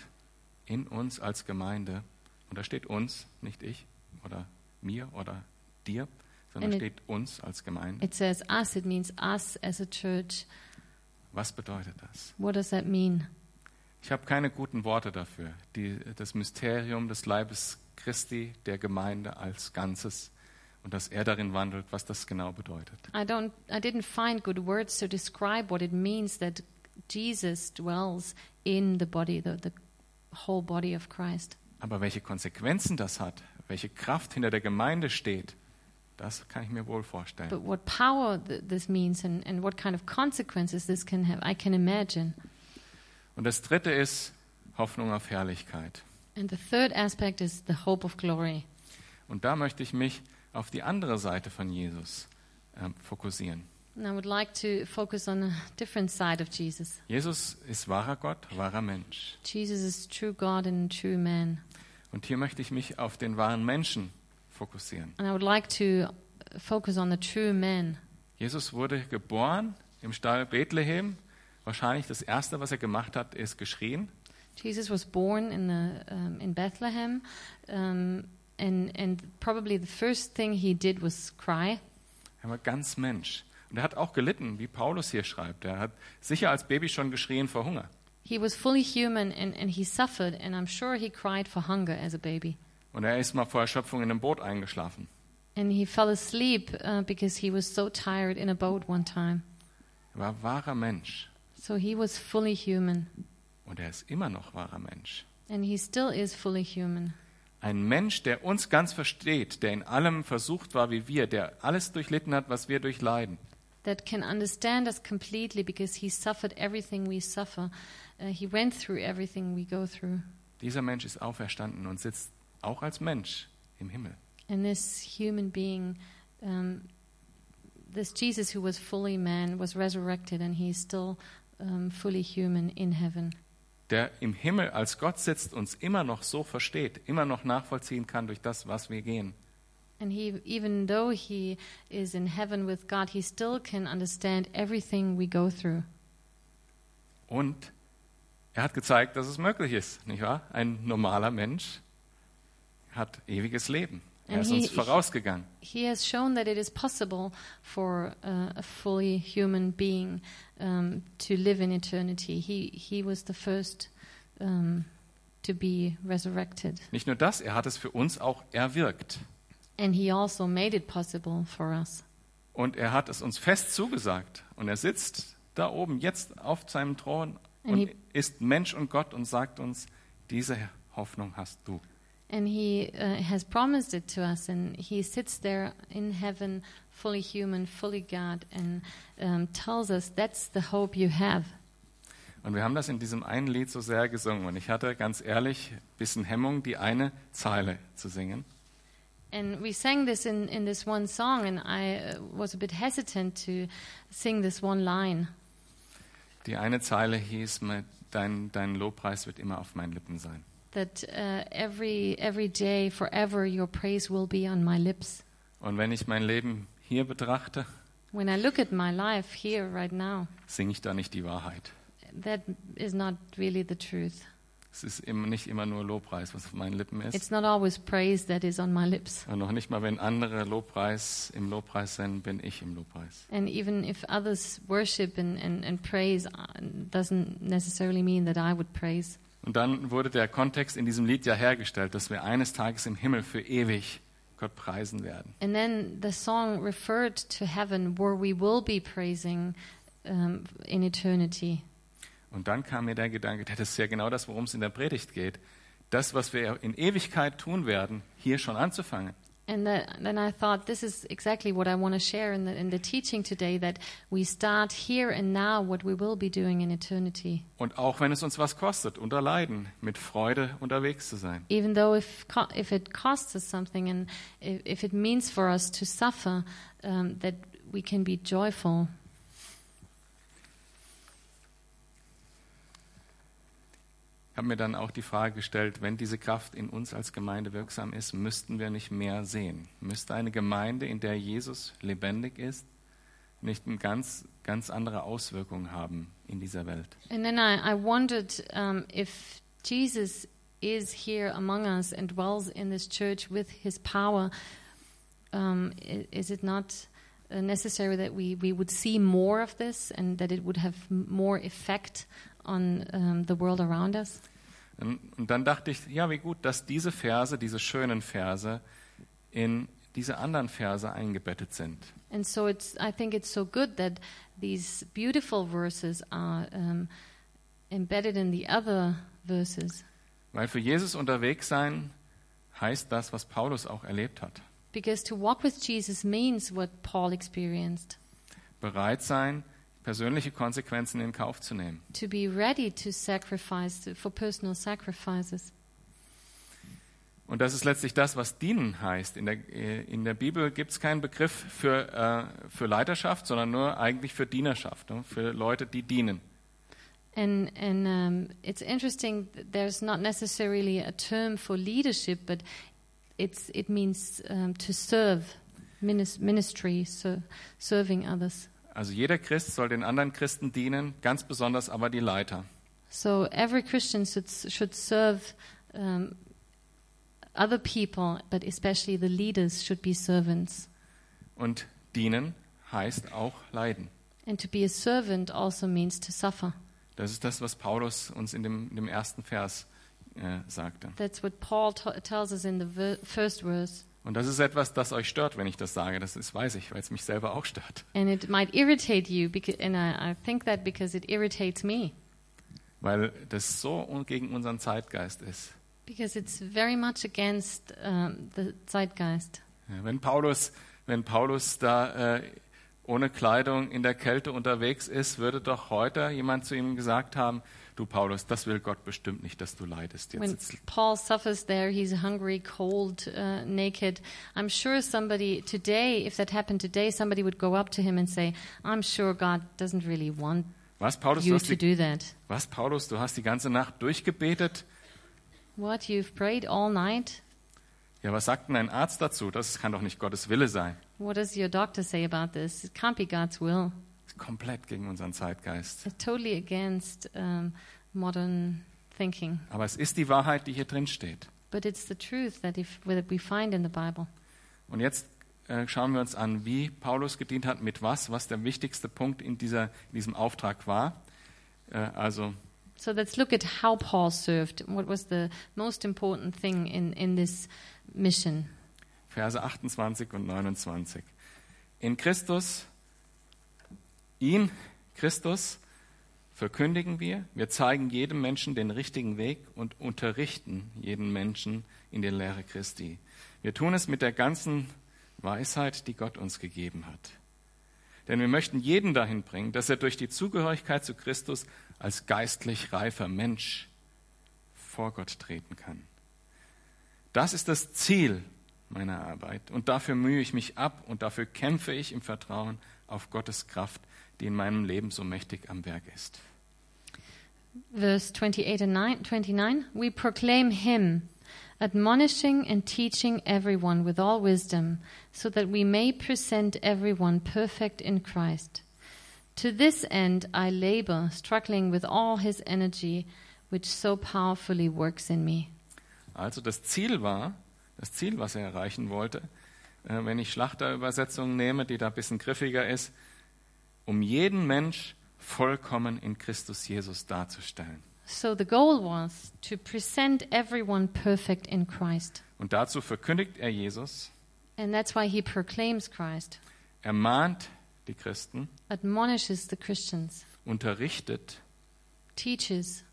[SPEAKER 1] in uns als Gemeinde, und da steht uns, nicht ich oder mir oder dir, sondern
[SPEAKER 2] And it-
[SPEAKER 1] steht uns als Gemeinde,
[SPEAKER 2] It says us, it means us as a church.
[SPEAKER 1] was bedeutet das?
[SPEAKER 2] What does that mean?
[SPEAKER 1] Ich habe keine guten Worte dafür, die, das Mysterium des Leibes Christi, der Gemeinde als Ganzes und dass er darin wandelt, was das genau bedeutet.
[SPEAKER 2] I don't I didn't find good words to describe what it means that Jesus dwells in the body, the, the whole body of Christ.
[SPEAKER 1] Aber welche Konsequenzen das hat, welche Kraft hinter der Gemeinde steht, das kann ich mir wohl vorstellen.
[SPEAKER 2] But what power th- this means and, and what kind of consequences this can have, I can imagine.
[SPEAKER 1] Und das dritte ist Hoffnung auf Herrlichkeit.
[SPEAKER 2] And the third aspect is the hope of glory.
[SPEAKER 1] Und da möchte ich mich auf die andere Seite von Jesus ähm, fokussieren.
[SPEAKER 2] And I would like to focus on a different side of Jesus.
[SPEAKER 1] Jesus ist wahrer Gott, wahrer Mensch.
[SPEAKER 2] Jesus is true God and true man.
[SPEAKER 1] Und hier möchte ich mich auf den wahren Menschen fokussieren.
[SPEAKER 2] And I would like to uh, focus on the true man.
[SPEAKER 1] Jesus wurde geboren im Stall Bethlehem. Wahrscheinlich das Erste, was er gemacht hat, ist geschrien.
[SPEAKER 2] Jesus was born in, the, um, in Bethlehem, um, and, and probably the first thing he did was cry.
[SPEAKER 1] Er war ganz Mensch. Und er hat auch gelitten, wie Paulus hier schreibt. Er hat sicher als Baby schon geschrien vor Hunger.
[SPEAKER 2] He was fully human and, and he suffered, and I'm sure he cried for hunger as a baby.
[SPEAKER 1] Und er ist mal vor Erschöpfung in einem Boot eingeschlafen.
[SPEAKER 2] And he fell asleep uh, because he was so tired in a boat one time.
[SPEAKER 1] Er war wahrer Mensch.
[SPEAKER 2] So he was fully human,
[SPEAKER 1] Und er ist immer noch wahrer Mensch.
[SPEAKER 2] and he still is fully human.
[SPEAKER 1] Ein Mensch, der uns ganz versteht, der in allem versucht war wie wir, der alles durchlitten hat, was wir durchleiden.
[SPEAKER 2] That can understand us completely because he suffered everything we suffer. Uh, he went through everything we go through.
[SPEAKER 1] Dieser Mensch ist auferstanden und sitzt auch als Mensch im Himmel.
[SPEAKER 2] And this human being, um, this Jesus who was fully man, was resurrected, and he's still um, fully human in heaven.
[SPEAKER 1] Der im Himmel als Gott sitzt, uns immer noch so versteht, immer noch nachvollziehen kann durch das, was wir gehen.
[SPEAKER 2] And he, even though he is in heaven with God, he still can understand everything we go through.
[SPEAKER 1] Und er hat gezeigt, dass es möglich ist, nicht wahr? Ein normaler Mensch hat ewiges Leben. Er
[SPEAKER 2] Und
[SPEAKER 1] ist
[SPEAKER 2] hier-
[SPEAKER 1] uns
[SPEAKER 2] ich-
[SPEAKER 1] vorausgegangen.
[SPEAKER 2] He has shown that it is possible for uh, a fully human being um, to live in eternity. He, he was the first um, to be resurrected.
[SPEAKER 1] Nicht nur das, er hat es für uns auch erwirkt.
[SPEAKER 2] And he also made it possible for us.
[SPEAKER 1] Und er hat es uns fest zugesagt. Und er sitzt da oben jetzt auf seinem Thron
[SPEAKER 2] Und
[SPEAKER 1] und
[SPEAKER 2] die-
[SPEAKER 1] ist Mensch und Gott und sagt uns, diese Hoffnung hast du.
[SPEAKER 2] And he uh, has promised it to us, and he sits there in heaven, fully human, fully God, and um, tells us that's the hope you have.
[SPEAKER 1] Und wir haben das in diesem einen Lied so sehr gesungen. Und ich hatte ganz ehrlich ein bisschen Hemmung, die eine Zeile zu singen.
[SPEAKER 2] And we sang this in, in this one song, and I uh, was a bit hesitant to sing this one line.
[SPEAKER 1] Die eine Zeile hieß, mit dein, dein Lobpreis wird immer auf meinen Lippen sein.
[SPEAKER 2] That uh, every every day, forever, your praise will be on my lips.
[SPEAKER 1] Und wenn ich mein Leben hier betrachte,
[SPEAKER 2] When I look at my life here right now,
[SPEAKER 1] singe ich da nicht die Wahrheit.
[SPEAKER 2] that is not really the truth.
[SPEAKER 1] Es ist immer, nicht immer nur Lobpreis, was auf meinen Lippen ist.
[SPEAKER 2] It's not always praise that is on my lips.
[SPEAKER 1] Und noch nicht mal, wenn andere Lobpreis im Lobpreis sind, bin ich im Lobpreis.
[SPEAKER 2] And even if others worship and, and, and praise, uh, doesn't necessarily mean that I would praise.
[SPEAKER 1] Und dann wurde der Kontext in diesem Lied ja hergestellt, dass wir eines Tages im Himmel für ewig Gott preisen werden.
[SPEAKER 2] And then the song referred to heaven where we will be praising um, in eternity.
[SPEAKER 1] Und dann kam mir der Gedanke, das ist ja genau das, worum es in der Predigt geht. Das, was wir in Ewigkeit tun werden, hier schon anzufangen.
[SPEAKER 2] And that, then I thought, this is exactly what I want to share in the, in the teaching today that we start here and now what we will be doing in eternity.
[SPEAKER 1] Und auch wenn es uns was kostet, unter Leiden, mit Freude unterwegs zu sein.
[SPEAKER 2] Even though if, co- if it costs us something and if, if it means for us to suffer, um, that we can be joyful
[SPEAKER 1] habe mir dann auch die Frage gestellt, wenn diese Kraft in uns als Gemeinde wirksam ist, müssten wir nicht mehr sehen? Müsste eine Gemeinde, in der Jesus lebendig ist, nicht eine ganz, ganz andere Auswirkung haben in dieser Welt?
[SPEAKER 2] And then I, I wondered um, if Jesus is here among us and dwells in this church with his power, um, i- is it not uh, necessary that we, we would see more of this and that it would have m- more effect on um, the world around us?
[SPEAKER 1] Und und dann dachte ich, ja, wie gut, dass diese Verse, diese schönen Verse, in diese anderen Verse eingebettet sind.
[SPEAKER 2] And so it's, I think it's so good that these beautiful verses are um, embedded in the other verses.
[SPEAKER 1] Weil für Jesus unterwegs sein heißt das, was Paulus auch erlebt hat.
[SPEAKER 2] Because to walk with Jesus means what Paul experienced
[SPEAKER 1] Bereit sein, persönliche Konsequenzen in Kauf zu nehmen.
[SPEAKER 2] to be ready to sacrifice, to, for personal sacrifices.
[SPEAKER 1] Und das ist letztlich das, was dienen heißt. In der, äh, in der Bibel gibt es keinen Begriff für, äh, für Leiterschaft, sondern nur eigentlich für Dienerschaft, ne? für Leute, die dienen.
[SPEAKER 2] And and um, it's interesting. That there's not necessarily a term for leadership, but it's it means um, to serve, minis- ministry, so serving others.
[SPEAKER 1] Also jeder Christ soll den anderen Christen dienen, ganz besonders aber die Leiter.
[SPEAKER 2] So every Christian should should serve um, other people, but especially the leaders should be servants.
[SPEAKER 1] Und dienen heißt auch leiden.
[SPEAKER 2] And to be a servant also means to suffer.
[SPEAKER 1] Das ist das, was Paulus uns in dem, in dem ersten Vers äh, sagte.
[SPEAKER 2] That's what Paul t- tells us in the ver- first verse.
[SPEAKER 1] Und das ist etwas, das euch stört, wenn ich das sage. Das ist, weiß ich, weil es mich selber auch stört.
[SPEAKER 2] And it might irritate you, because, and I, I think that because it irritates me.
[SPEAKER 1] Weil das so un- gegen unseren Zeitgeist ist.
[SPEAKER 2] Because it's very much against um, the zeitgeist.
[SPEAKER 1] Ja, wenn Paulus, wenn Paulus da äh, ohne Kleidung in der Kälte unterwegs ist, würde doch heute jemand zu ihm gesagt haben, du Paulus, das will Gott bestimmt nicht, dass du leidest. Jetzt
[SPEAKER 2] When
[SPEAKER 1] sitzt,
[SPEAKER 2] Paul suffers there, he's hungry, cold, uh, naked. I'm sure somebody today, if that happened today, somebody would go up to him and say, I'm sure God doesn't really want
[SPEAKER 1] was, Paulus, du
[SPEAKER 2] you
[SPEAKER 1] hast
[SPEAKER 2] to
[SPEAKER 1] die,
[SPEAKER 2] do that.
[SPEAKER 1] was, Paulus, du hast die ganze Nacht durchgebetet?
[SPEAKER 2] What, you've prayed all night?
[SPEAKER 1] Ja, was sagt denn ein Arzt dazu? Das kann doch nicht Gottes Wille sein.
[SPEAKER 2] What does your doctor say about this? It can't be God's will.
[SPEAKER 1] Das ist komplett gegen unseren Zeitgeist.
[SPEAKER 2] It's totally against um, modern thinking.
[SPEAKER 1] Aber es ist die Wahrheit, die hier drin steht.
[SPEAKER 2] But it's the truth that, if, that we find in the Bible.
[SPEAKER 1] Und jetzt äh, schauen wir uns an, wie Paulus gedient hat, mit was, was der wichtigste Punkt in, dieser, in diesem Auftrag war. Äh, also
[SPEAKER 2] So let's look at how Paul served. What was the most important thing in, in this mission?
[SPEAKER 1] Verse 28 und 29. In Christus, ihn, Christus, verkündigen wir, wir zeigen jedem Menschen den richtigen Weg und unterrichten jeden Menschen in der Lehre Christi. Wir tun es mit der ganzen Weisheit, die Gott uns gegeben hat. Denn wir möchten jeden dahin bringen, dass er durch die Zugehörigkeit zu Christus als geistlich reifer Mensch vor Gott treten kann. Das ist das Ziel meiner Arbeit und dafür mühe ich mich ab und dafür kämpfe ich im Vertrauen auf Gottes Kraft, die in meinem Leben so mächtig am Werk ist.
[SPEAKER 2] Verse 28 and 9, 29 We proclaim him, admonishing and teaching everyone with all wisdom, so that we may present everyone perfect in Christ. To this end I labor, struggling with all his energy, which so powerfully works in me.
[SPEAKER 1] Also das Ziel war, das Ziel, was er erreichen wollte, äh, wenn ich Schlachterübersetzung nehme, die da ein bisschen griffiger ist, um jeden Mensch vollkommen in Christus Jesus darzustellen.
[SPEAKER 2] So the goal was to present everyone perfect in Christ.
[SPEAKER 1] Und dazu verkündigt er Jesus,
[SPEAKER 2] And that's why he proclaims Christ,
[SPEAKER 1] ermahnt die Christen,
[SPEAKER 2] admonishes the Christians,
[SPEAKER 1] unterrichtet
[SPEAKER 2] teaches,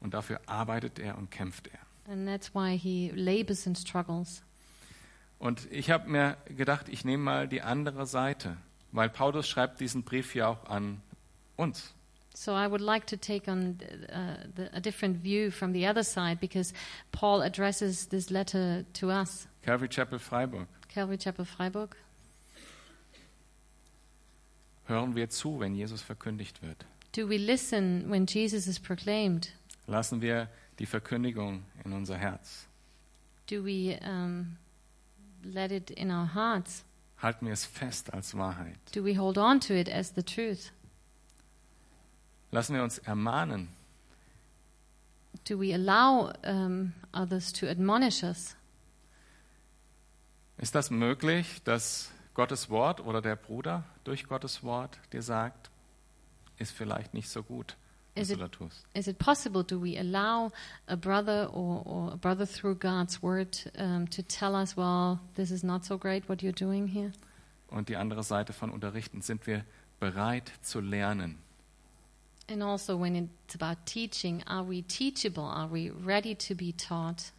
[SPEAKER 1] und dafür arbeitet er und kämpft er.
[SPEAKER 2] and that's why he labors and struggles.
[SPEAKER 1] Und ich habe mir gedacht, ich nehme mal die andere Seite, weil Paulus schreibt diesen Brief ja auch an uns.
[SPEAKER 2] So I would like to take on uh, the, a different view from the other side because Paul addresses this letter to us,
[SPEAKER 1] Calvary Chapel Freiburg.
[SPEAKER 2] Calvary Chapel Freiburg.
[SPEAKER 1] Hören wir zu, wenn Jesus verkündigt wird.
[SPEAKER 2] Do we listen when Jesus is proclaimed?
[SPEAKER 1] Lassen wir die Verkündigung in unser Herz.
[SPEAKER 2] Do we um, let it in our hearts?
[SPEAKER 1] Halten wir es fest als Wahrheit.
[SPEAKER 2] Do we hold on to it as the truth?
[SPEAKER 1] Lassen wir uns ermahnen,
[SPEAKER 2] Do we allow um, others to admonish us?
[SPEAKER 1] Ist das möglich, dass Gottes Wort oder der Bruder durch Gottes Wort dir sagt, ist vielleicht nicht so gut, was
[SPEAKER 2] Is
[SPEAKER 1] du
[SPEAKER 2] it,
[SPEAKER 1] da tust?
[SPEAKER 2] is it possible? Do we allow a brother or, or a brother through God's word um, to tell us, well, this is not so great what you're doing here?
[SPEAKER 1] Und die andere Seite von unterrichten, sind wir bereit zu lernen?
[SPEAKER 2] And also, when it's about teaching, are we teachable? Are we ready to be taught?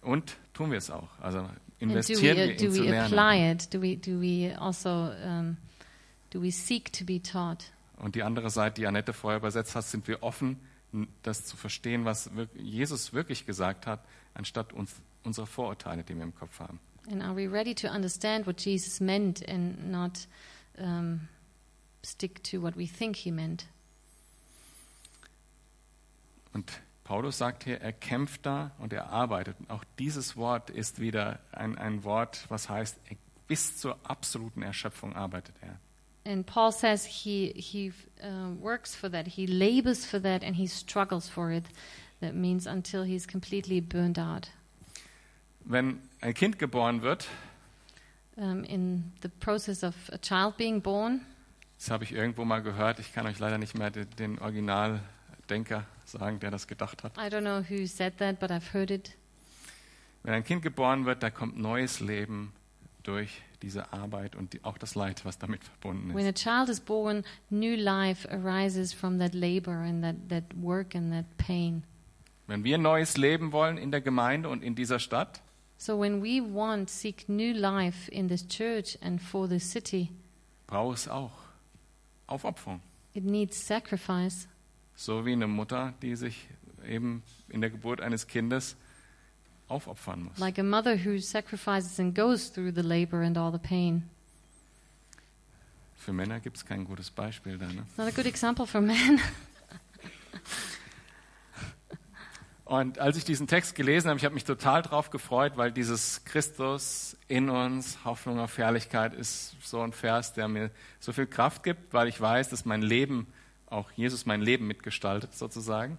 [SPEAKER 1] Und tun wir es auch. Also
[SPEAKER 2] And do we,
[SPEAKER 1] investieren wir
[SPEAKER 2] do
[SPEAKER 1] ihn zu
[SPEAKER 2] we apply
[SPEAKER 1] lernen.
[SPEAKER 2] it? Do we, do we also um, do we seek to be taught?
[SPEAKER 1] Und die andere Seite, die Annette vorher übersetzt hat, sind wir offen, n- das zu verstehen, was wirk- Jesus wirklich gesagt hat, anstatt uns unsere Vorurteile, die wir im Kopf haben.
[SPEAKER 2] And are we ready to understand what Jesus meant and not um, stick to what we think he meant?
[SPEAKER 1] Und Paulus sagt hier, er kämpft da und er arbeitet. Und auch dieses Wort ist wieder ein, ein Wort, was heißt, er- bis zur absoluten Erschöpfung arbeitet er.
[SPEAKER 2] And Paul says he he uh, works for that, he labors for that, and he struggles for it. That means until he's completely burned out.
[SPEAKER 1] Wenn ein Kind geboren wird,
[SPEAKER 2] Um, in the process of a child being born,
[SPEAKER 1] das habe ich irgendwo mal gehört, ich kann euch leider nicht mehr de- den Originaldenker sagen, der das gedacht hat.
[SPEAKER 2] I don't know who said that, but I've heard it.
[SPEAKER 1] Wenn ein Kind geboren wird, da kommt neues Leben durch diese Arbeit und die, auch das Leid, was damit verbunden
[SPEAKER 2] When
[SPEAKER 1] ist.
[SPEAKER 2] a child is born, new life arises from that labor and that, that work and that pain.
[SPEAKER 1] Wenn wir neues Leben wollen in der Gemeinde und in dieser Stadt,
[SPEAKER 2] So when we want seek new life in this church and for this city,
[SPEAKER 1] braucht es auch Aufopferung.
[SPEAKER 2] it needs sacrifice.
[SPEAKER 1] So wie eine Mutter, die sich eben in der Geburt eines Kindes aufopfern muss.
[SPEAKER 2] Like a mother who sacrifices and goes through the labor and all the pain.
[SPEAKER 1] Für Männer gibt es kein gutes Beispiel da. Ne?
[SPEAKER 2] It's not a good example for men.
[SPEAKER 1] Und als ich diesen Text gelesen habe, ich habe mich total drauf gefreut, weil dieses Christus in uns, Hoffnung auf Herrlichkeit, ist so ein Vers, der mir so viel Kraft gibt, weil ich weiß, dass mein Leben, auch Jesus mein Leben mitgestaltet sozusagen.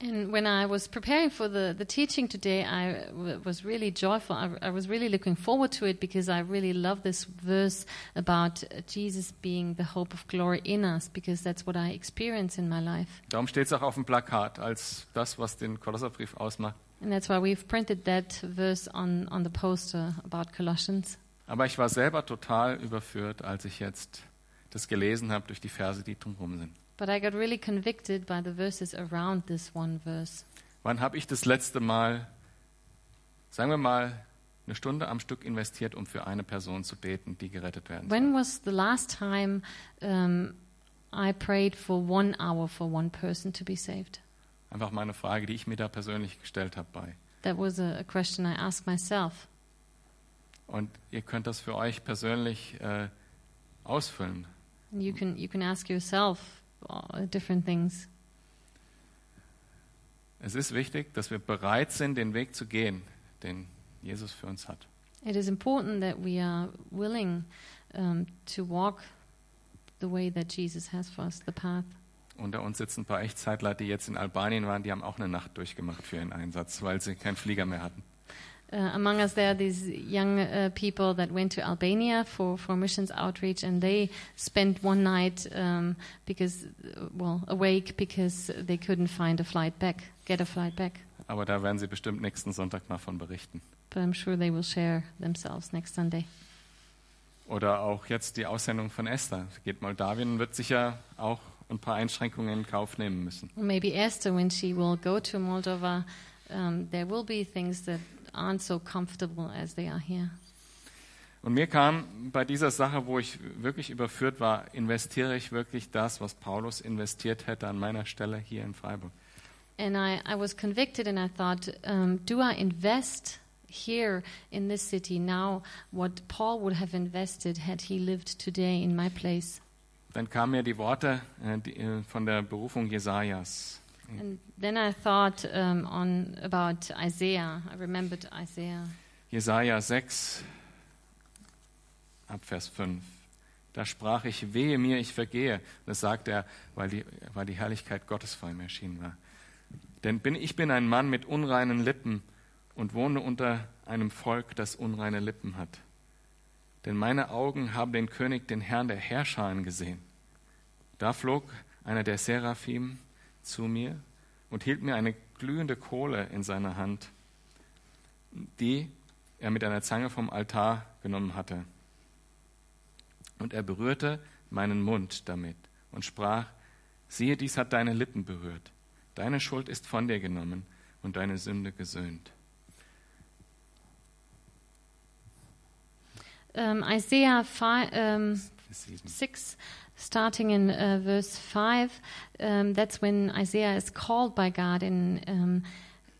[SPEAKER 2] and when I was preparing for the, the teaching today, I w- was really joyful. I, I was really looking forward to it because I really love this verse about uh, Jesus being the hope of glory in us, because that's what I experience in my life.
[SPEAKER 1] Darum steht es auch auf dem Plakat als das, was den Kolosserbrief ausmacht.
[SPEAKER 2] And that's why we've printed that verse on, on the poster about Colossians.
[SPEAKER 1] Aber ich war selber total überführt, als ich jetzt das gelesen habe durch die Verse, die drumherum sind.
[SPEAKER 2] But I got really convicted by the verses around this one verse.
[SPEAKER 1] Wann habe ich das letzte Mal, sagen wir mal, eine Stunde am Stück investiert, um für eine Person zu beten, die gerettet werden soll?
[SPEAKER 2] When was the last time um, I prayed for one hour for one person to be saved?
[SPEAKER 1] Einfach mal eine Frage, die ich mir da persönlich gestellt habe bei.
[SPEAKER 2] That was a, a question I asked myself.
[SPEAKER 1] Und ihr könnt das für euch persönlich äh, ausfüllen.
[SPEAKER 2] And you can you can ask yourself uh, different things.
[SPEAKER 1] Es ist wichtig, dass wir bereit sind, den Weg zu gehen, den Jesus für uns hat.
[SPEAKER 2] It is important that we are willing um, to walk the way that Jesus has for us, the path.
[SPEAKER 1] Unter uns sitzen ein paar Echtzeitler, die jetzt in Albanien waren, die haben auch eine Nacht durchgemacht für ihren Einsatz, weil sie keinen Flieger mehr hatten.
[SPEAKER 2] Uh, among us, there are these young uh, people that went to Albania for, for missions outreach, and they spent one night um, because, uh, well, awake because they couldn't find a flight back, get a flight back.
[SPEAKER 1] Aber da werden sie bestimmt nächsten Sonntag mal von berichten.
[SPEAKER 2] But I'm sure they will share themselves next Sunday.
[SPEAKER 1] Oder auch jetzt die Aussendung von Esther. Sie geht Moldawien, wird sicher auch ein paar Einschränkungen in Kauf nehmen müssen.
[SPEAKER 2] Or maybe Esther, when she will go to Moldova, um, there will be things that aren't so comfortable as they are here.
[SPEAKER 1] Und mir kam bei dieser Sache, wo ich wirklich überführt war, investiere ich wirklich das, was Paulus investiert hätte an meiner Stelle hier in Freiburg.
[SPEAKER 2] And I, I was convicted and I thought, um, do I invest here in this city now what Paul would have invested had he lived today in my place?
[SPEAKER 1] Dann kamen mir die Worte äh, die, äh, von der Berufung Jesajas.
[SPEAKER 2] And then I thought um, on about Isaiah. I remembered Isaiah.
[SPEAKER 1] Jesaja 6, Abvers 5. Da sprach ich, wehe mir, ich vergehe. Das sagt er, weil die, weil die Herrlichkeit Gottes vor ihm erschienen war. Denn bin, ich bin ein Mann mit unreinen Lippen und wohne unter einem Volk, das unreine Lippen hat. Denn meine Augen haben den König, den Herrn der Herrscharen gesehen. Da flog einer der Seraphim zu mir und hielt mir eine glühende Kohle in seiner Hand, die er mit einer Zange vom Altar genommen hatte. Und er berührte meinen Mund damit und sprach, siehe, dies hat deine Lippen berührt, deine Schuld ist von dir genommen und deine Sünde gesöhnt.
[SPEAKER 2] Um, Isaiah fi- um,
[SPEAKER 1] Sieben.
[SPEAKER 2] 6, starting in uh, verse 5, um, that's when Isaiah is called by God. And um,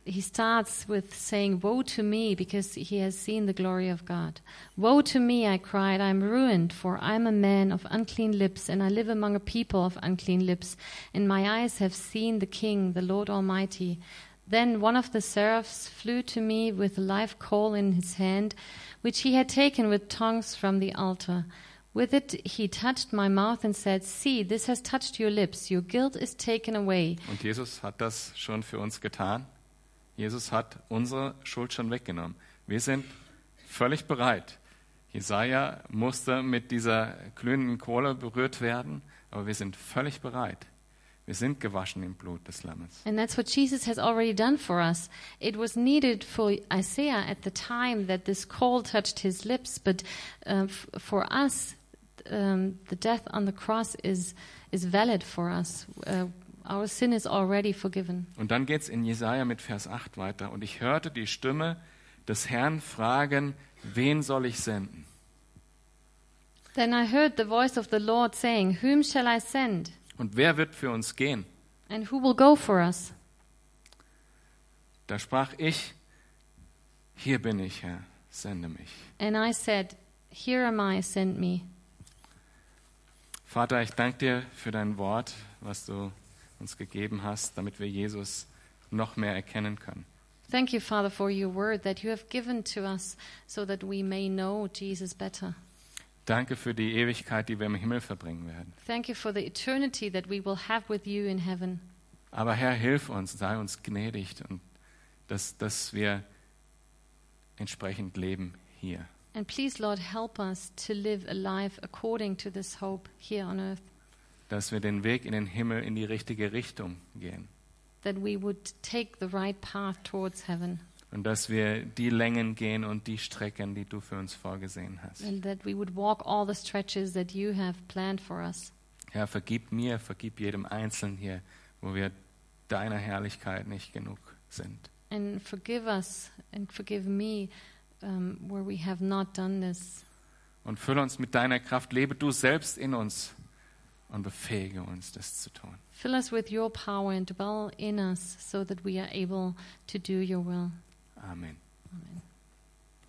[SPEAKER 2] he starts with saying, Woe to me, because he has seen the glory of God. Woe to me, I cried, I'm ruined, for I'm a man of unclean lips, and I live among a people of unclean lips. And my eyes have seen the King, the Lord Almighty. Then one of the seraphs flew to me with a live coal in his hand, which he had taken with tongs from the altar. With it he touched my mouth and said, See, this has touched your lips. Your guilt is taken away.
[SPEAKER 1] Und Jesus hat das schon für uns getan. Jesus hat unsere Schuld schon weggenommen. Wir sind völlig bereit. Jesaja musste mit dieser glühenden Kohle berührt werden, aber wir sind völlig bereit. Wir sind gewaschen im Blut des Lammes.
[SPEAKER 2] And that's what Jesus has already done for us. It was needed for Isaiah at the time that this coal touched his lips, but uh, f- for us, um, the death on the cross is is valid for us. Uh, our sin is already forgiven.
[SPEAKER 1] Und dann geht's in Jesaja mit Vers 8 weiter. Und ich hörte die Stimme des Herrn fragen, wen soll ich senden?
[SPEAKER 2] Then I heard the voice of the Lord saying, Whom shall I send?
[SPEAKER 1] Und wer wird für uns gehen?
[SPEAKER 2] And who will go for us?
[SPEAKER 1] Da sprach ich, hier bin ich, Herr, sende mich.
[SPEAKER 2] And I said, Here am I, send me.
[SPEAKER 1] Vater, ich danke dir für dein Wort, was du uns gegeben hast, damit wir Jesus noch mehr erkennen können.
[SPEAKER 2] Thank you, Father, for your word that you have given to us so that we may know Jesus better.
[SPEAKER 1] Danke für die Ewigkeit, die wir im Himmel verbringen werden.
[SPEAKER 2] Thank you for the eternity that we will have with you in heaven.
[SPEAKER 1] Aber Herr, hilf uns, sei uns gnädig und dass, dass wir entsprechend leben hier.
[SPEAKER 2] And please, Lord, help us to live a life according to this hope here on earth,
[SPEAKER 1] Dass wir den Weg in den Himmel in die richtige Richtung gehen.
[SPEAKER 2] that we would take the right path towards heaven,
[SPEAKER 1] Und dass wir die Längen gehen und die Strecken, die du für uns vorgesehen hast.
[SPEAKER 2] and that we would walk all the stretches that you have planned for us.
[SPEAKER 1] Herr, vergib mir, vergib jedem Einzelnen hier, wo wir deiner Herrlichkeit nicht genug sind.
[SPEAKER 2] And forgive us and forgive me um, where we have not done this.
[SPEAKER 1] Und fülle uns mit deiner Kraft, lebe du selbst in uns und befähige uns, das zu tun.
[SPEAKER 2] Fill us with your power and dwell in us so that we are able to do your will.
[SPEAKER 1] Amen.
[SPEAKER 2] Amen.